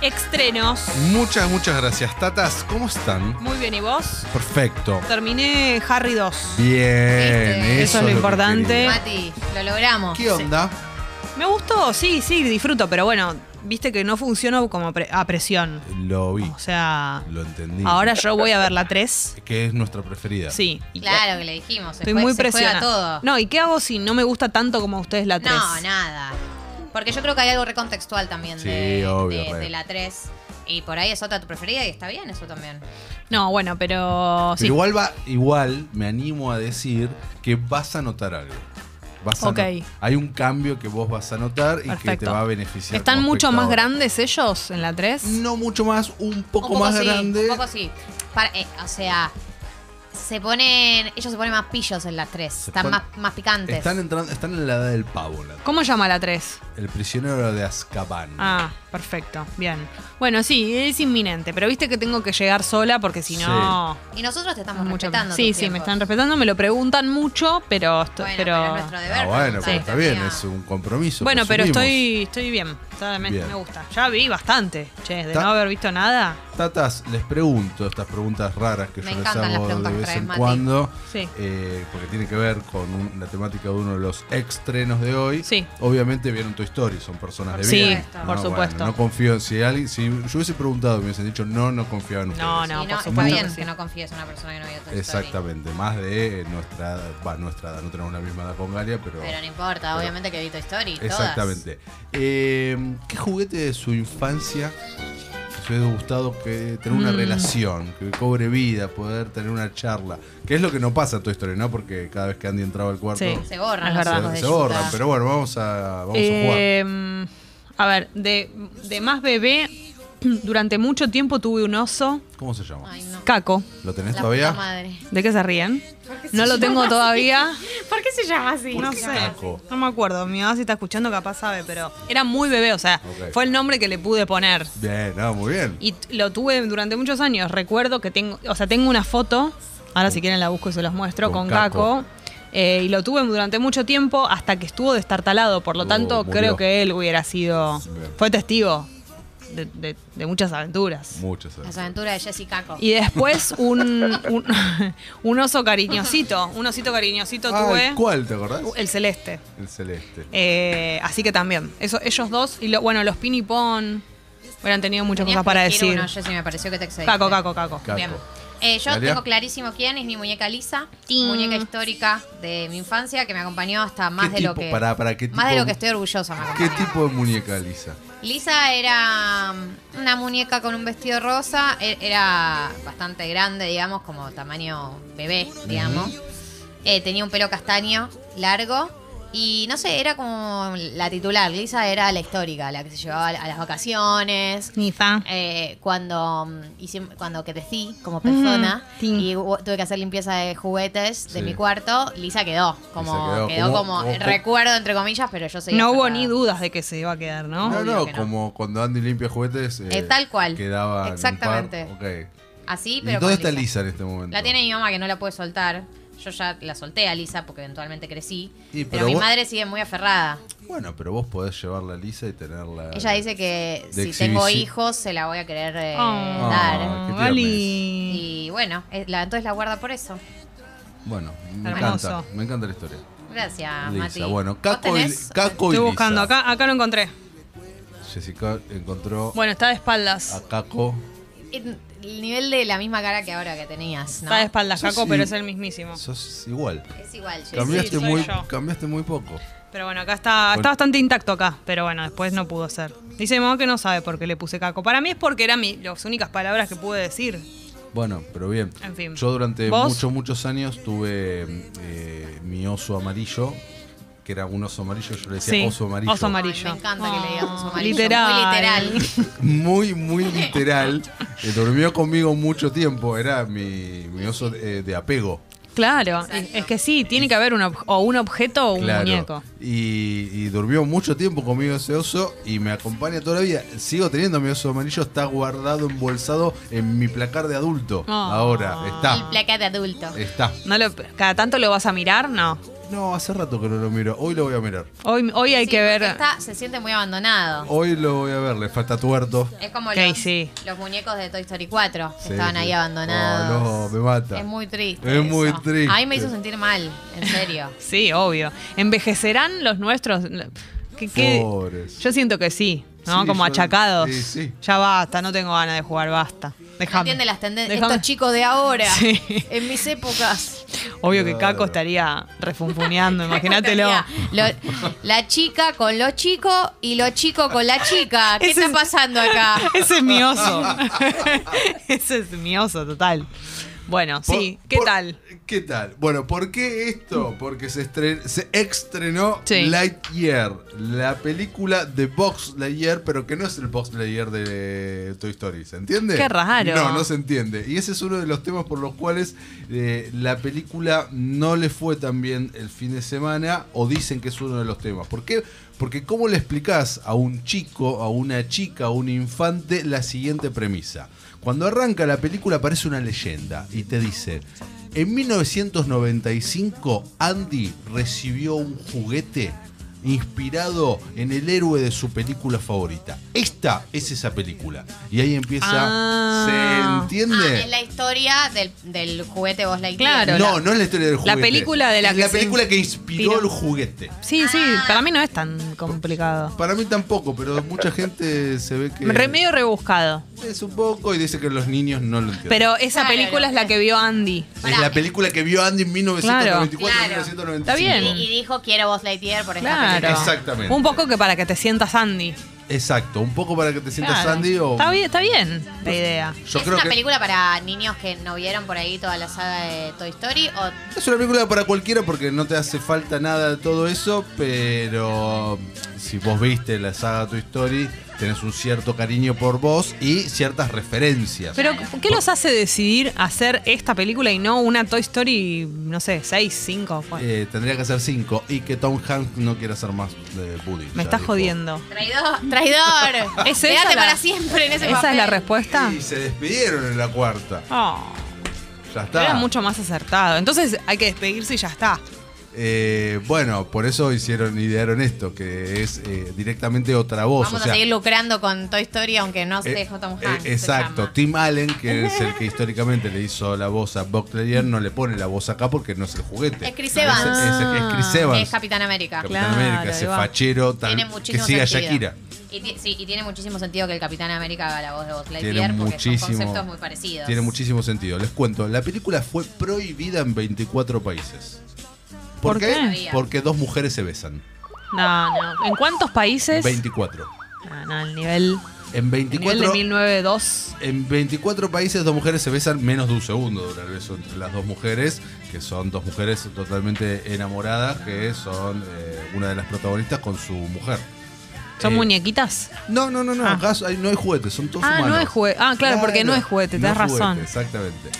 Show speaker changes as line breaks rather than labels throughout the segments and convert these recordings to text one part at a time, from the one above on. estrenos.
Muchas, muchas gracias. Tatas, ¿cómo están?
Muy bien, ¿y vos?
Perfecto.
Terminé Harry 2.
Bien,
Viste,
Este, eso es lo
que
importante.
quería.
Mati, lo logramos.
¿Qué onda?
Me gustó, sí, sí, disfruto, pero bueno, viste que no funcionó como pre- a presión.
Lo vi,
O sea,
lo entendí.
ahora yo voy a ver la 3.
Que es nuestra preferida.
Sí. Y-
Claro que le dijimos. se
Estoy
jue-
muy
se juega
presionada.
todo.
No, ¿y qué hago si no me gusta tanto como a ustedes la 3?
No, nada. Porque yo creo que hay algo recontextual también
Sí,
de,
obvio,
de-
re.
de la 3. Y por ahí es otra tu preferida y está bien eso también.
No, bueno, pero sí.
Pero igual va, igual me animo a decir que vas a notar algo. Vas a
Ok.
no- hay un cambio que vos vas a notar y que te
Perfecto.
va a beneficiar.
¿Están
como
mucho más
espectador.
grandes ellos en la 3?
No mucho más, un poco,
un poco
más
sí,
grande.
Un poco sí. Para- eh, o sea, se ponen. Ellos se ponen más pillos en las 3. Están
pon-
más, más picantes.
Están entrando, están en la edad del pavo, la-
¿Cómo llama la 3?
el prisionero de Azkaban.
Ah, perfecto, bien. Bueno, sí, es inminente, pero viste que tengo que llegar sola porque si no...
y nosotros te estamos
mucho-
respetando.
sí,
tus
sí, me
tiempos.
están respetando, me lo preguntan mucho, pero... esto-
Bueno, pero,
pero...
es nuestro deber.
Ah, bueno,
preguntarte,
pero está bien,
amiga.
es un compromiso.
Bueno,
lo
pero
asumimos.
estoy, estoy bien, está- me,
Bien.
me gusta. Ya vi bastante, che, de
Ta-
no haber visto nada.
Tatas, les pregunto estas preguntas raras que
Me
yo les
encantan las
hago de
preguntas
vez
raras,
en
Mati.
cuando,
Sí.
eh, porque tiene que ver con un- la temática de uno de los estrenos de hoy.
Sí.
Obviamente vieron Toy Story, son personas de
Sí,
bien.
por supuesto.
no confío en si alguien, si yo hubiese preguntado, me hubiesen dicho no, no confiaba en ustedes.
No,
Sí,
no,
no,
por
está
supuesto
bien
que sí.
que no confíes en una persona que no vio tu
Exactamente, más de nuestra edad, va, nuestra edad, no tenemos la misma edad con Galia, pero...
Pero no importa, obviamente que vi tu story. todas.
Exactamente. Eh, ¿Qué juguete de su infancia les hubiese gustado que tener una
Mm.
relación, que cobre vida, poder tener una charla? Que es lo que no pasa en tu historia, ¿no? Porque cada vez que Andy entraba al cuarto
Sí.
Se
Es
borran los
verdad.
ojos
se,
de
se borran.
Yuta.
Pero bueno, vamos a, vamos
Eh, a ver, de, de más bebé, durante mucho tiempo tuve un oso,
a jugar. ¿Cómo se llama?
Ay, no.
Caco.
¿Lo tenés
La puta
todavía?
madre.
¿De qué se ríen? No lo tengo todavía.
¿Por qué se llama así?
No
qué
sé.
Caco?
No me acuerdo. Mi mamá si está escuchando capaz sabe, pero era muy bebé, o sea,
Ok.
fue el nombre que le pude poner.
Bien, ah, muy bien.
Y t- lo tuve durante muchos años. Recuerdo que tengo, o sea, tengo una foto, ahora si quieren la busco y se los muestro,
Con
con,
Caco.
Caco. Eh, y lo tuve durante mucho tiempo hasta que estuvo destartalado. Por lo
Oh,
tanto,
murió.
creo que él hubiera sido.
Bien.
Fue testigo de, de- de muchas aventuras.
Muchas
Las
gracias.
aventuras de Jessy Caco.
Y después un, un, un oso cariñosito. Un osito cariñosito
Ay,
eh.
tuve.
¿Cuál te acordás?
El celeste.
El celeste.
Eh, así que también. Eso, ellos dos. Y lo- bueno, los Pinipón. Hubieran tenido muchas
Tenías
cosas para
que elegir
decir.
Uno, Jessy, me pareció que te excediste.
Caco, caco, caco.
Caco.
Bien. Eh, yo
Dalia.
tengo clarísimo quién es mi muñeca Lisa,
Ting.
muñeca histórica de mi infancia que me acompañó hasta más
¿Qué
de lo
tipo?
que
Pará, pará, ¿qué
más
tipo?
de lo que estoy orgullosa me
¿Qué
acompañó.
tipo de muñeca, Lisa?
Lisa era mm, una muñeca con un vestido rosa, e- era bastante grande, digamos, como tamaño bebé, digamos. Eh, tenía un pelo castaño largo y no sé, era como la titular. Lisa era la histórica, la que se llevaba a las vacaciones.
Niza.
Eh, cuando, mm, hicim- cuando crecí como persona
Ujú, sí.
y hu- tuve que hacer limpieza de juguetes de
Sí.
mi cuarto, Lisa quedó. Como
Lisa quedó
quedó,
como-
como,
como-
recuerdo, entre comillas, pero yo seguía.
No hubo
aferrada.
ni dudas de que se iba a quedar, ¿no?
No,
Obvio
no,
que no.
como cuando Andy limpia juguetes. eh,
Eh, tal cual.
Quedaba. en un par.
Exactamente.
Ok.
Así,
¿Y
pero.
dónde
con
está Lisa en este momento?
La tiene mi mamá que no la puede soltar. Yo ya la solté a Lisa porque eventualmente crecí.
Y,
pero
pero
mi
vos-
madre sigue muy aferrada.
Bueno, pero vos podés llevarla a Lisa y tenerla.
Ella dice que
De
si
exhibici-
tengo hijos se la voy a querer eh,
Oh,
dar.
Ah, qué tierna
Gali.
Y bueno, eh, la- entonces la guarda por eso.
Bueno, me
Hermoso.
encanta. Me encanta la historia.
Gracias,
Lisa.
Ah, Mati.
Bueno,
¿Vos
Caco y,
tenés?
Caco y
Estoy
Lisa.
buscando, acá, acá lo encontré.
Jessica encontró
Bueno, está de
a Ah.
espaldas.
Caco.
En- El nivel de la misma cara que ahora que tenías, ¿no?
Está de espaldas,
Sí,
Caco,
sí.
pero es el mismísimo.
Sos igual.
Es igual, Jessy.
Cambiaste,
soy
muy,
yo.
cambiaste muy poco.
Pero bueno, acá está,
Bueno.
está bastante intacto acá, pero bueno, después no pudo ser. Dice mi mamá que no sabe por qué le puse Caco. Para mí es porque eran mi- las únicas palabras que pude decir.
Bueno, pero bien.
En fin.
Yo durante
¿Vos?
muchos, muchos años tuve eh, mi oso amarillo, que era un oso amarillo, yo le decía
Sí,
oso amarillo.
oso
Ay,
amarillo.
me encanta que le digamos
Oh,
amarillo.
literal.
Muy literal.
muy, muy literal. Eh, durmió conmigo mucho tiempo, era mi, mi oso eh, de apego.
Claro, es, es que sí, tiene que haber un ob- o un objeto o un
Claro.
muñeco.
Y, y durmió mucho tiempo conmigo ese oso y me acompaña toda la vida. Sigo teniendo mi oso amarillo, está guardado, embolsado en mi placar de adulto.
Ah.
Ahora,
El
está.
placa de adulto.
Está.
No lo, cada tanto lo vas a mirar, no.
No, hace rato que no lo miro. Hoy lo voy a mirar.
Hoy, hoy hay
Sí,
que
porque
ver.
está- se siente muy abandonado.
Hoy lo voy a ver. Le falta tuerto.
Es como
Ok,
los,
sí.
los muñecos de Toy Story 4 que
Sí,
estaban
sí.
ahí abandonados.
Oh, no, me mata.
Es muy triste.
Es muy
eso.
triste.
A mí me hizo sentir mal, en serio.
Sí, obvio. ¿Envejecerán los nuestros? ¿Qué- qué?
Pobres.
Yo siento que sí, ¿no?
Sí,
Como
yo-
achacados.
sí, sí.
Ya basta, no tengo ganas de jugar, basta.
No
Déjame.
entiende las tendencias.
Déjame.
Estos chicos de ahora,
Sí.
en mis épocas.
Obvio que
Claro.
Caco estaría refunfuneando, imagínatelo.
Lo- la chica con los chicos y los chicos con la chica. ¿Qué
Ese es-
está pasando acá? Ah,
Ese es mi oso. Ese es mi oso, total. Bueno,
Por-
sí, ¿qué
por-
tal?
¿Qué tal? Bueno, ¿por qué esto? Porque se, estren- se estrenó
Sí.
Lightyear, la película de Box Lightyear, pero que no es el Box Lightyear de Toy Story, ¿se entiende?
Qué raro.
No, no se entiende. Y ese es uno de los temas por los cuales eh, la película no le fue tan bien el fin de semana, o dicen que es uno de los temas. ¿Por qué? Porque ¿cómo le explicás a un chico, a una chica, a un infante la siguiente premisa? Cuando arranca la película aparece una leyenda y te dice, en 1995 Andy recibió un juguete inspirado en el héroe de su película favorita. Esta es esa película. Y ahí empieza...
Ah.
¿Se
Ah,
entiende?
es la historia del, del juguete Buzz Lightyear.
Claro.
no, no es la historia del
la
juguete.
película de la
Es
que
la
se
película que inspiró
inspiró.
el juguete.
Sí, sí,
Ah.
para mí no es tan complicado.
Para mí tampoco, pero mucha gente se ve que
Remedio rebuscado.
es un poco y dice que los niños no lo entienden.
Pero esa
Claro,
película
lo-
es la que vio Andy.
es la película que vio Andy en 1994
Claro.
1995.
Está bien.
Y dijo, quiero Buzz Lightyear por esta
Claro.
película.
Exactamente.
Un poco que para que te sientas Andy.
Exacto, un poco para que te sientas
Claro.
Andy o
Está bien, está bien la idea.
Yo
¿Es
creo
una
que
película para niños que no vieron por ahí toda la saga de Toy Story? ¿O
es una película para cualquiera porque no te hace falta nada de todo eso, pero si vos viste la saga Toy Story, tenés un cierto cariño por vos y ciertas referencias.
Pero, ¿qué los hace decidir hacer esta película y no una Toy Story, no sé, 6, 5?
Eh, tendría que ser 5 y que Tom Hanks no quiera hacer más de Woody.
Me
ya
está
dijo.
jodiendo.
traidor? ¡Traidor!
¿Es
Quédate
esa la-
para siempre en ese
¿Esa es
papel.
la respuesta?
Y se despidieron en la cuarta.
Oh,
Ya está.
era mucho más acertado. Entonces hay que despedirse y ya está.
Eh, bueno, por eso hicieron, idearon esto, que es eh, directamente otra voz.
Vamos
o sea,
a seguir lucrando con Toy Story, aunque no
eh,
se dejó Tom
eh,
Hanks. se
exacto,
llama.
Tim Allen, que es el que históricamente le hizo la voz a Bob Lightyear, no le pone la voz acá porque no es el juguete.
Es Chris Evans.
Es, es- es Chris Evans.
Es Capitán América.
Capitán
Claro,
América, ese
ahí va.
fachero tan-
Tiene
que
muchísimo
siga
sentido.
Shakira.
Y, ti- sí, y tiene muchísimo sentido que el Capitán América haga la voz de Buzz
Tiene
Lightyear porque son
muchísimo,
conceptos muy parecidos.
tiene muchísimo sentido. Les cuento, la película fue prohibida en 24 países. ¿Por,
¿Por
qué?
Porque dos mujeres se besan.
No, no. ¿En cuántos países? Ah,
24.
No, no, el nivel,
En
el nivel de
24,
1902.
en 24 países dos mujeres se besan menos de un segundo dura el beso entre las dos mujeres, que son dos mujeres totalmente enamoradas, que son eh, una de las protagonistas con su mujer.
¿Son
Eh,
muñequitas?
No, no, no, no,
Ah.
acá hay- no hay juguetes, son todos
Ah, no
humanos.
hay juguete. Ah, claro, porque no hay juguete,
no
tenés
hay juguete,
razón.
Exactamente.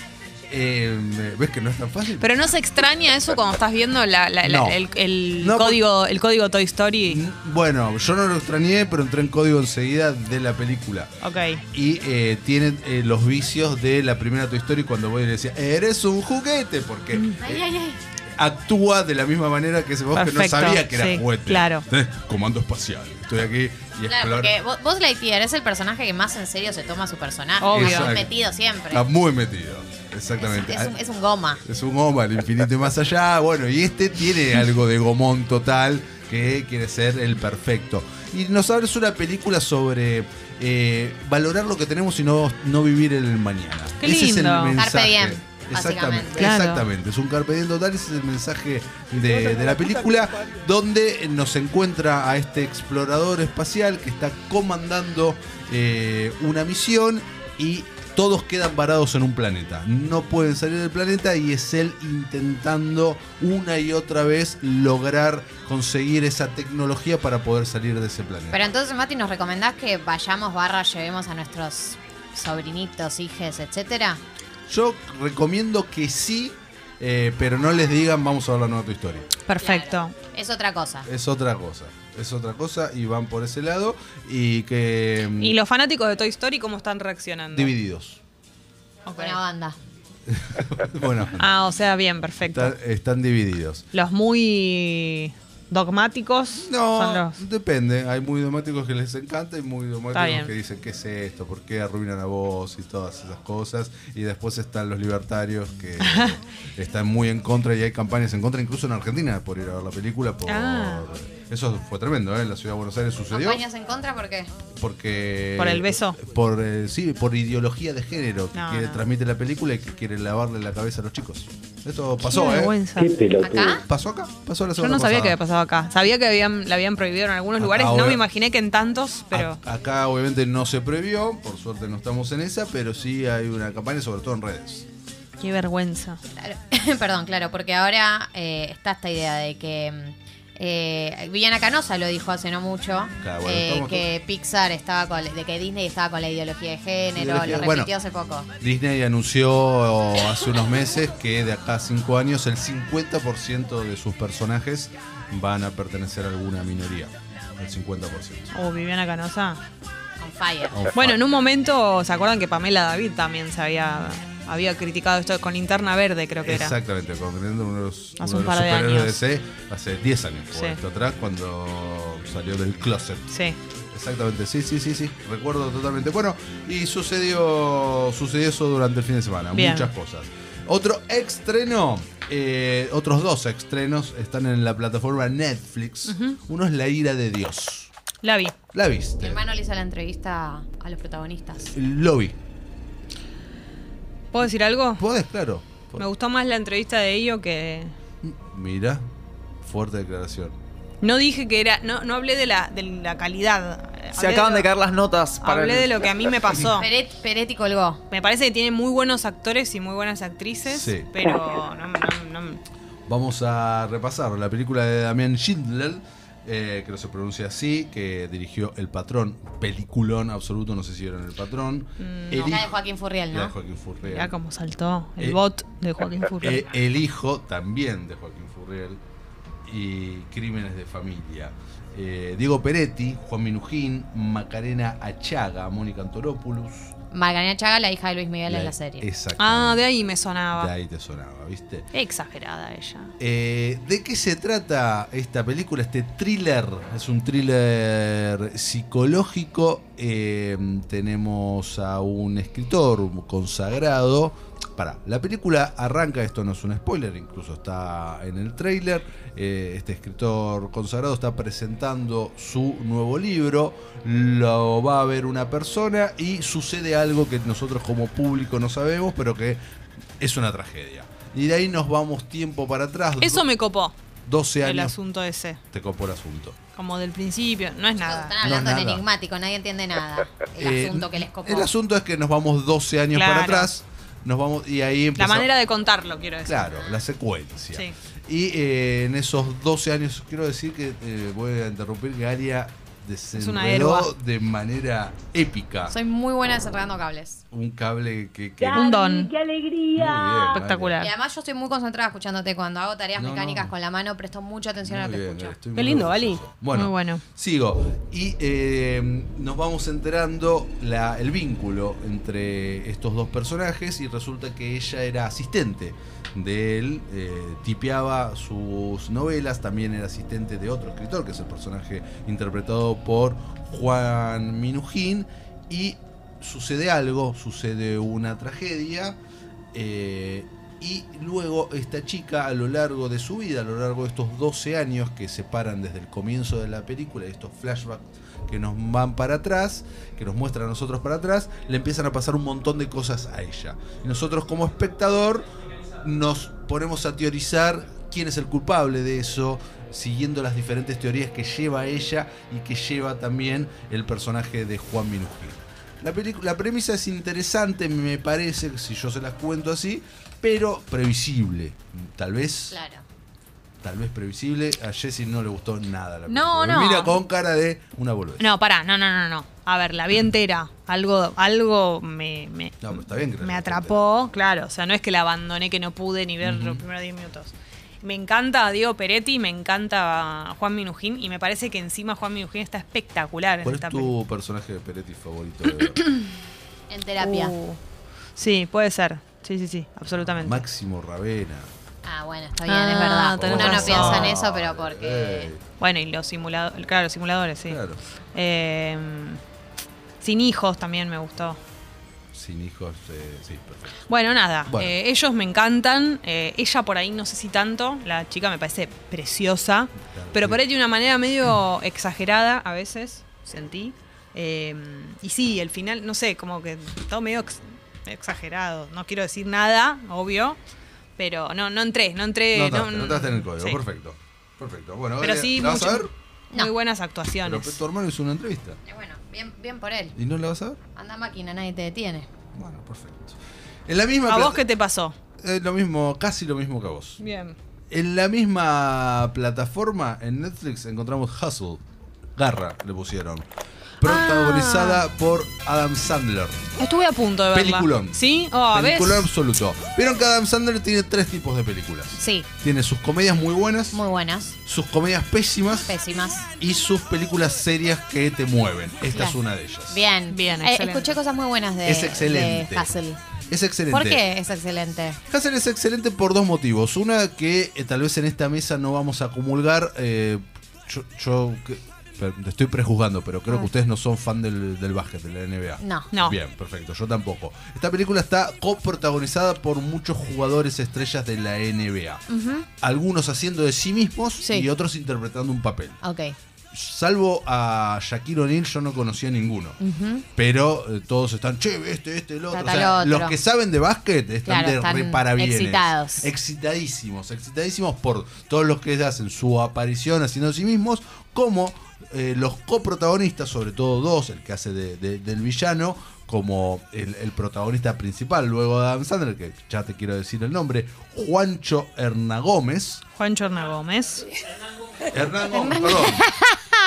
Eh, ¿Ves que no es tan fácil?
Pero no se extraña eso cuando estás viendo la- la- la-
No.
el, el
No, por-
código, el código Toy Story.
Bueno, yo no lo extrañé, pero entré en código enseguida de la película.
Ok.
Y eh, tiene eh, los vicios de la primera Toy Story cuando voy y le decía, eres un juguete, porque
Mm. Ay,
eh,
ay, ay.
actúa de la misma manera que ese vos que no
Perfecto,
sabía que era
sí,
juguete.
claro.
Eh, Comando espacial, estoy aquí y
Claro,
exploro.
porque Bo- Buzz Lightyear es el personaje que más en serio se toma su personaje.
Obvio.
Está muy
Exacto.
metido siempre.
Está muy metido, exactamente. Ah,
Es un, es un goma.
Es un goma, el infinito y más allá. Bueno, y este tiene algo de gomón total que quiere ser el perfecto. Y nos es una película sobre eh, valorar lo que tenemos y no, no vivir el mañana.
Qué
Ese es el
lindo.
mensaje.
Carpe diem,
Exactamente,
básicamente.
Claro.
exactamente. Es un carpe diem total, ese es el mensaje de, de la película, donde nos encuentra a este explorador espacial que está comandando eh, una misión y todos quedan varados en un planeta. No pueden salir del planeta y es él intentando una y otra vez lograr conseguir esa tecnología para poder salir de ese planeta.
Pero entonces, Mati, ¿nos recomendás que vayamos barra, llevemos a nuestros sobrinitos, hijes, etcétera?
Yo recomiendo que sí, eh, pero no les digan vamos a hablar de tu historia.
Perfecto.
Claro, Es otra cosa.
Es otra cosa. Es otra cosa y van por ese lado y que... mm,
¿Y los fanáticos de Toy Story cómo están reaccionando?
Divididos.
Ok.
Buena banda.
bueno,
Ah, o sea, bien, perfecto.
está- están divididos.
Los muy dogmáticos son
No,
los.
depende. Hay muy dogmáticos que les encanta y muy dogmáticos
bien.
que dicen, ¿qué es esto? ¿Por qué arruinan a vos? Y todas esas cosas. Y después están los libertarios que están muy en contra y hay campañas en contra, incluso en Argentina, por ir a ver la película. Por...
Ah.
Eso fue tremendo, ¿eh? En la ciudad de Buenos Aires sucedió.
¿Campañas en contra? ¿Por qué?
Porque.
¿Por el beso?
Por, eh, sí, por ideología de género que
No,
quiere-
no.
transmite la película y que quiere lavarle la cabeza a los chicos. Esto pasó,
Qué
¿eh?
vergüenza.
Qué pelotudo.
¿Acá?
¿Pasó acá? Pasó la
Yo
semana
no sabía
pasada.
que había pasado acá. Sabía que habían, la habían prohibido en algunos
Acá
lugares.
ahora-
No me imaginé que en tantos, pero.
A- Acá obviamente no se previó, por suerte no estamos en esa, pero sí hay una campaña, sobre todo en redes.
Qué vergüenza.
Claro. Perdón, claro, porque ahora eh, está esta idea de que. mm, Eh, Villana Canosa lo dijo hace no mucho
Claro, bueno,
eh,
estamos-
que Pixar estaba con de que Disney estaba con la ideología de género,
Ideología-
lo
bueno.
repitió hace poco.
Disney anunció oh, hace unos meses que de acá a cinco años el 50% de sus personajes van a pertenecer a alguna minoría. El 50%.
Oh, Viviana Canosa.
Con Fire.
Oh,
Bueno, en un momento, ¿se acuerdan que Pamela David también se había, había criticado esto con linterna verde, creo que era?
Exactamente, conteniendo uno de los,
Hace
uno
un
de los
par de
superhéroes
años.
de DC hace 10 años, por
Sí.
esto atrás, cuando salió del closet.
Sí.
Exactamente, sí, sí, sí, sí, recuerdo totalmente. Bueno, y sucedió, sucedió eso durante el fin de semana,
Bien.
muchas cosas. Otro estreno, eh, otros dos estrenos están en la plataforma Netflix. Uno es La ira de Dios.
La vi.
¿La
Mi
viste?
hermano le hizo la entrevista a los protagonistas.
Lo vi.
¿Puedo decir algo?
¿Podés? Claro.
Me gustó más la entrevista de ello que.
Mira, fuerte declaración.
No dije que era. No, no hablé de la, de la calidad. Hablé
Se acaban
lo-
de caer las notas para
Hablé
el-
de lo que a mí me pasó.
Peret- Peretti colgó.
Me parece que tiene muy buenos actores y muy buenas actrices,
Sí.
pero no, no, no-
Vamos a repasar la película de Damián Schindler, eh, que no se pronuncia así, que dirigió El Patrón, peliculón absoluto, no sé si vieron El Patrón. El
Acá de
hijo-
Joaquín Furriel,
la de
¿no?
Joaquín Furriel.
Mirá cómo saltó el
Eh,
bot de Joaquín Furriel.
Eh, el hijo también de Joaquín Furriel y Crímenes de Familia. Eh, Diego Peretti, Juan Minujín, Macarena Achaga, Mónica Antoropoulos.
Margarina Chaga, la hija de Luis Miguel en
La-
la serie.
Exactamente.
ah, de ahí me
De
sonaba.
ahí te sonaba, ¿viste?
Exagerada ella.
Eh, ¿De qué se trata esta película, este thriller? Es un thriller psicológico. eh, tenemos a un escritor consagrado. Para, la película arranca, esto no es un spoiler, incluso está en el tráiler. eh, este escritor consagrado está presentando su nuevo libro, lo va a ver una persona y sucede algo que nosotros como público no sabemos, pero que es una tragedia. Y de ahí nos vamos tiempo para atrás.
Eso me copó,
12
el
años
asunto ese.
te copo el asunto.
Como del principio, no es
Todos Ah,
nada.
Están
No,
hablando en
nada.
enigmático, nadie entiende nada. El
Eh,
asunto que les copó.
El asunto es que nos vamos 12 años
Claro.
para atrás. Nos vamos y ahí
La
empieza.
manera de contarlo, quiero decir.
Claro, la secuencia.
Sí.
Y eh, en esos 12 años, quiero decir que eh, voy a interrumpir que Aria
una
desenredó de manera épica
Soy muy buena cerrando cables.
un cable que. que-
Un don.
¡Qué
Muy bien,
alegría!
Aria.
Espectacular.
Y además yo estoy muy concentrada escuchándote cuando hago tareas
No,
mecánicas
no.
con la mano, presto mucha atención a lo
Muy
que
bien,
escucho.
estoy
Qué
muy
lindo,
orgulloso.
Vali.
Bueno,
Muy bueno.
sigo. Y eh, nos vamos enterando la- el vínculo entre estos dos personajes y resulta que ella era asistente de él, eh, tipeaba sus novelas, también era asistente de otro escritor, que es el personaje interpretado por Juan Minujín, y sucede algo, sucede una tragedia. Eh, y luego esta chica a lo largo de su vida, a lo largo de estos 12 años que separan desde el comienzo de la película, estos flashbacks que nos van para atrás, que nos muestran a nosotros para atrás, le empiezan a pasar un montón de cosas a ella. Y nosotros como espectador nos ponemos a teorizar quién es el culpable de eso, siguiendo las diferentes teorías que lleva ella y que lleva también el personaje de Juan Minujín. La, pelicu- la premisa es interesante, me parece, si yo se las cuento así, pero previsible. Tal vez,
Claro.
tal vez previsible. A Jessy no le gustó nada la
No,
película. Me
no.
Mira con cara de una boludez.
No, pará, no, no, no, no. A ver, la vi entera. Algo, algo me, me,
No, pero está bien que la
me
vi
atrapó, claro. O sea, no es que la abandoné, que no pude ni ver los primeros 10 minutos. Me encanta Diego Peretti, me encanta Juan Minujín y me parece que encima Juan Minujín está espectacular en
¿Cuál
esta
es
peli.
tu personaje de Peretti favorito? de verdad?
En terapia.
Uh, sí, puede ser. Sí, sí, sí, absolutamente.
Máximo Ravena. Oh,
Ah, bueno, está bien,
Ah,
es verdad.
tenés
Uno no
razón.
piensa en eso, pero porque.
Ey,
Bueno, y los simuladores, claro, los simuladores, sí.
Eh, Claro.
Eh, sin hijos también me gustó.
Sin hijos, eh, sí, perfecto.
Bueno, nada,
Bueno.
eh, ellos me encantan. eh, ella por ahí no sé si tanto, la chica me parece preciosa,
Claro,
pero
sí.
por ahí de una manera medio exagerada a veces, sentí. Eh, y sí, el final, no sé, como que todo medio ex- exagerado. No quiero decir nada, obvio, pero no, no entré, no entré.
no, entraste, no entraste en el código,
sí.
perfecto. Perfecto. Bueno,
Pero
eh,
sí,
¿la vas a
mucho-
ver?
Muy
No.
buenas
Pero
actuaciones.
tu hermano hizo una entrevista.
Eh, Bueno, bien, bien por él.
¿Y no la vas a ver?
Anda máquina, nadie te detiene.
Bueno, perfecto. En la misma
¿A
pla-
vos qué te pasó?
eh, lo mismo, casi lo mismo que a vos.
Bien.
En la misma plataforma, en Netflix, encontramos Hustle. Garra le pusieron.
Ah.
Protagonizada por Adam Sandler.
Estuve a punto de verla.
Peliculón.
¿Sí? Oh, ¿ves?
Peliculón absoluto. Vieron que Adam Sandler tiene tres tipos de películas.
Sí,
Tiene sus comedias muy buenas,
muy buenas.
sus comedias pésimas
Pésimas.
y sus películas serias que te mueven. Esta
Claro.
es una de ellas.
Bien.
Bien,
Eh,
excelente.
escuché cosas muy buenas de,
Es excelente.
de Hassel.
Es excelente.
¿Por qué es excelente?
Hassel es excelente por dos motivos. Una, que eh, tal vez en esta mesa no vamos a comulgar. eh, yo yo que- pero te estoy prejuzgando, pero creo que ustedes no son fan del, del básquet, de la NBA.
Mm. No.
No.
Bien, perfecto. Yo tampoco. Esta película está coprotagonizada por muchos jugadores estrellas de la NBA. Algunos haciendo de sí mismos
Sí.
y otros interpretando un papel.
Ok.
Salvo a Shaquille O'Neal, yo no conocía a ninguno. Pero eh, todos están, che, este, este, el otro.
Trata
O sea,
al otro.
Los que saben de básquet están
Claro,
de
están
reparabienes.
excitados.
Excitadísimos, excitadísimos por todos los que hacen su aparición haciendo de sí mismos, como eh, los coprotagonistas, sobre todo dos, el que hace de- de- del villano, como el, el protagonista principal, luego Adam Sandler, que ya te quiero decir el nombre, Juancho Hernagómez.
Juan Chorna Gómez.
Hernán Gómez, perdón.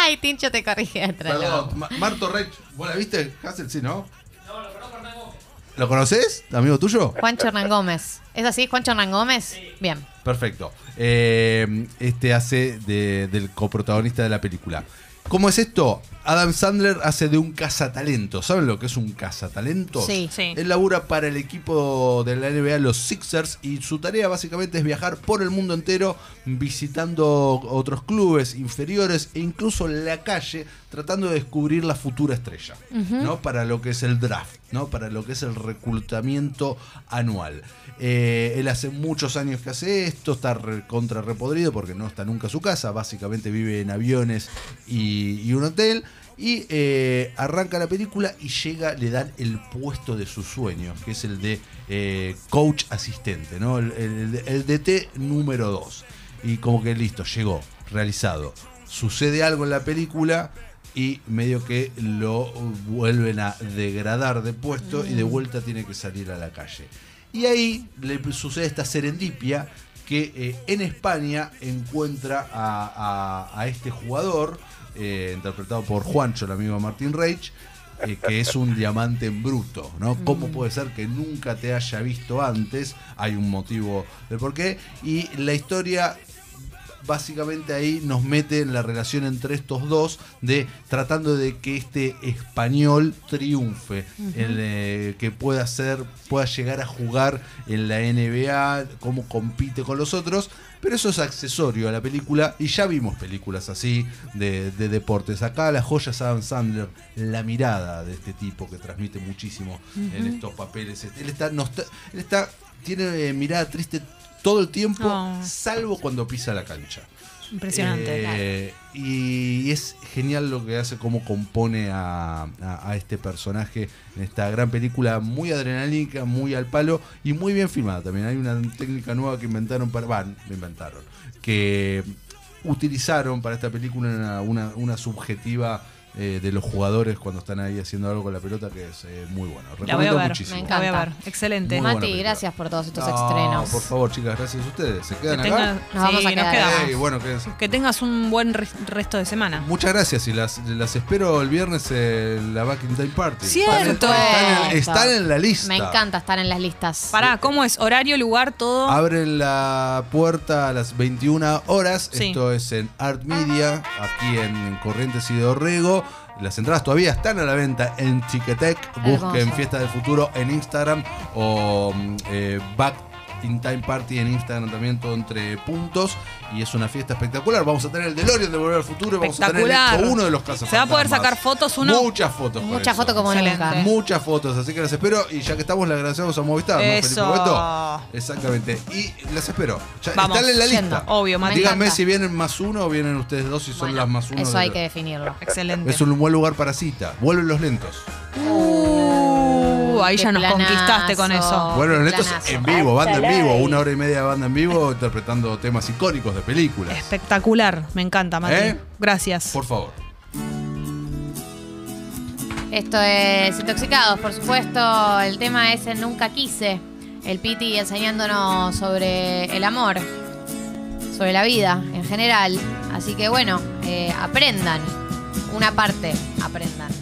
Ay, Tincho te corrige detrás.
Perdón, Ma- Marto Reich, ¿vos la viste, Hassel? Sí, ¿no? No, lo conozco ¿Lo conoces, amigo tuyo?
Juancho Hernán Gómez. ¿Es así? ¿Juancho Hernán Gómez? Bien.
Perfecto. Eh, este hace de- del coprotagonista de la película. ¿Cómo es esto? Adam Sandler hace de un cazatalento. ¿Saben lo que es un cazatalento?
Sí.
Sí.
Él labura para el equipo de la NBA, los Sixers, y su tarea básicamente es viajar por el mundo entero visitando otros clubes inferiores e incluso la calle, tratando de descubrir la futura estrella, ¿no? Para lo que es el draft, ¿no? Para lo que es el reclutamiento anual. Eh, él hace muchos años que hace esto, está re- contra repodrido porque no está nunca en su casa, básicamente vive en aviones y- y un hotel. Y eh, arranca la película y llega, le dan el puesto de sus sueños, que es el de eh, coach asistente, ¿no? El, el- el DT número 2. Y como que listo, llegó, realizado. Sucede algo en la película y medio que lo vuelven a degradar de puesto y de vuelta tiene que salir a la calle. Y ahí le sucede esta serendipia que eh, en España encuentra a, a- a este jugador, eh, interpretado por Juancho, el amigo Martín Reich, eh, que es un diamante en bruto, ¿no? ¿Cómo puede ser que nunca te haya visto antes? Hay un motivo de por qué. Y la historia básicamente ahí nos mete en la relación entre estos dos de tratando de que este español triunfe, el, eh, que pueda ser, pueda llegar a jugar en la NBA, cómo compite con los otros, pero eso es accesorio a la película y ya vimos películas así de, de deportes. Acá las joyas Adam Sandler, la mirada de este tipo que transmite muchísimo en estos papeles. Este, Él está, no está- él está- tiene eh, mirada triste todo el tiempo,
Oh.
salvo cuando pisa la cancha.
Impresionante.
Eh, Y es genial lo que hace, cómo compone a, a- a este personaje en esta gran película, muy adrenalínica, muy al palo y muy bien filmada también. Hay una técnica nueva que inventaron para. Van, inventaron. Que utilizaron para esta película una, una- una subjetiva. eh, de los jugadores cuando están ahí haciendo algo con la pelota que es eh, muy bueno.
La voy a
Recomiendo
ver.
muchísimo.
me
La voy a ver.
encanta.
Excelente.
Muy buena
Mati,
película.
gracias por todos estos
No,
estrenos.
Por favor, chicas, gracias a ustedes. ¿Se
Que
quedan
tengas,
acá?
Nos vamos
sí,
a
nos
quedar
quedamos.
Ey, bueno, quédense.
Que tengas un buen res- resto de semana.
Muchas gracias y las, las espero el viernes en la Back in Time Party.
Cierto.
Están en, están en la lista.
Me encanta estar en las listas.
Pará, ¿cómo es? ¿Horario, lugar, todo?
Abren la puerta a las 21 horas.
Sí.
Esto es en Art Media, aquí en Corrientes y de Orrego. futuro. Las entradas todavía están a la venta en Ticketek. Busquen
Hermoso.
Fiesta del Futuro en Instagram o mm, eh, Back in Time Party en Instagram también, todo entre puntos. Y es una fiesta espectacular. Vamos a tener el DeLorean de Volver al Futuro y vamos a tener el
Espectacular.
hecho uno de los casos.
Se va a poder sacar fotos uno.
Muchas fotos. para
Mucha
eso.
foto como ¿eh?
Excelente.
nunca.
Muchas fotos, así que las espero. Y ya que estamos, le agradecemos a Movistar, ¿no, Felipe
Eso.
Beto? Exactamente. Y las espero. Ya,
Vamos,
están en la
yendo. Oh,
lista.
Obvio,
Me
Mati.
Díganme
encanta.
si vienen más uno o vienen ustedes dos y son
Bueno,
las más uno.
Eso
de-
hay que definirlo.
Excelente.
Es un buen lugar para cita. Vuelven los lentos.
Uh, ahí
Qué
ya nos
planazo.
conquistaste con eso.
Vuelven los
Oh, qué
lentos
planazo.
en vivo, banda en vivo.
Live.
Una hora y media de banda en vivo interpretando temas icónicos de películas.
Espectacular. Me encanta, Mati.
¿Eh?
Gracias.
Por favor.
Esto es Intoxicados, por supuesto. El tema es el Nunca Quise. El Piti enseñándonos sobre el amor, sobre la vida en general. Así que bueno, eh, aprendan. Una parte, aprendan.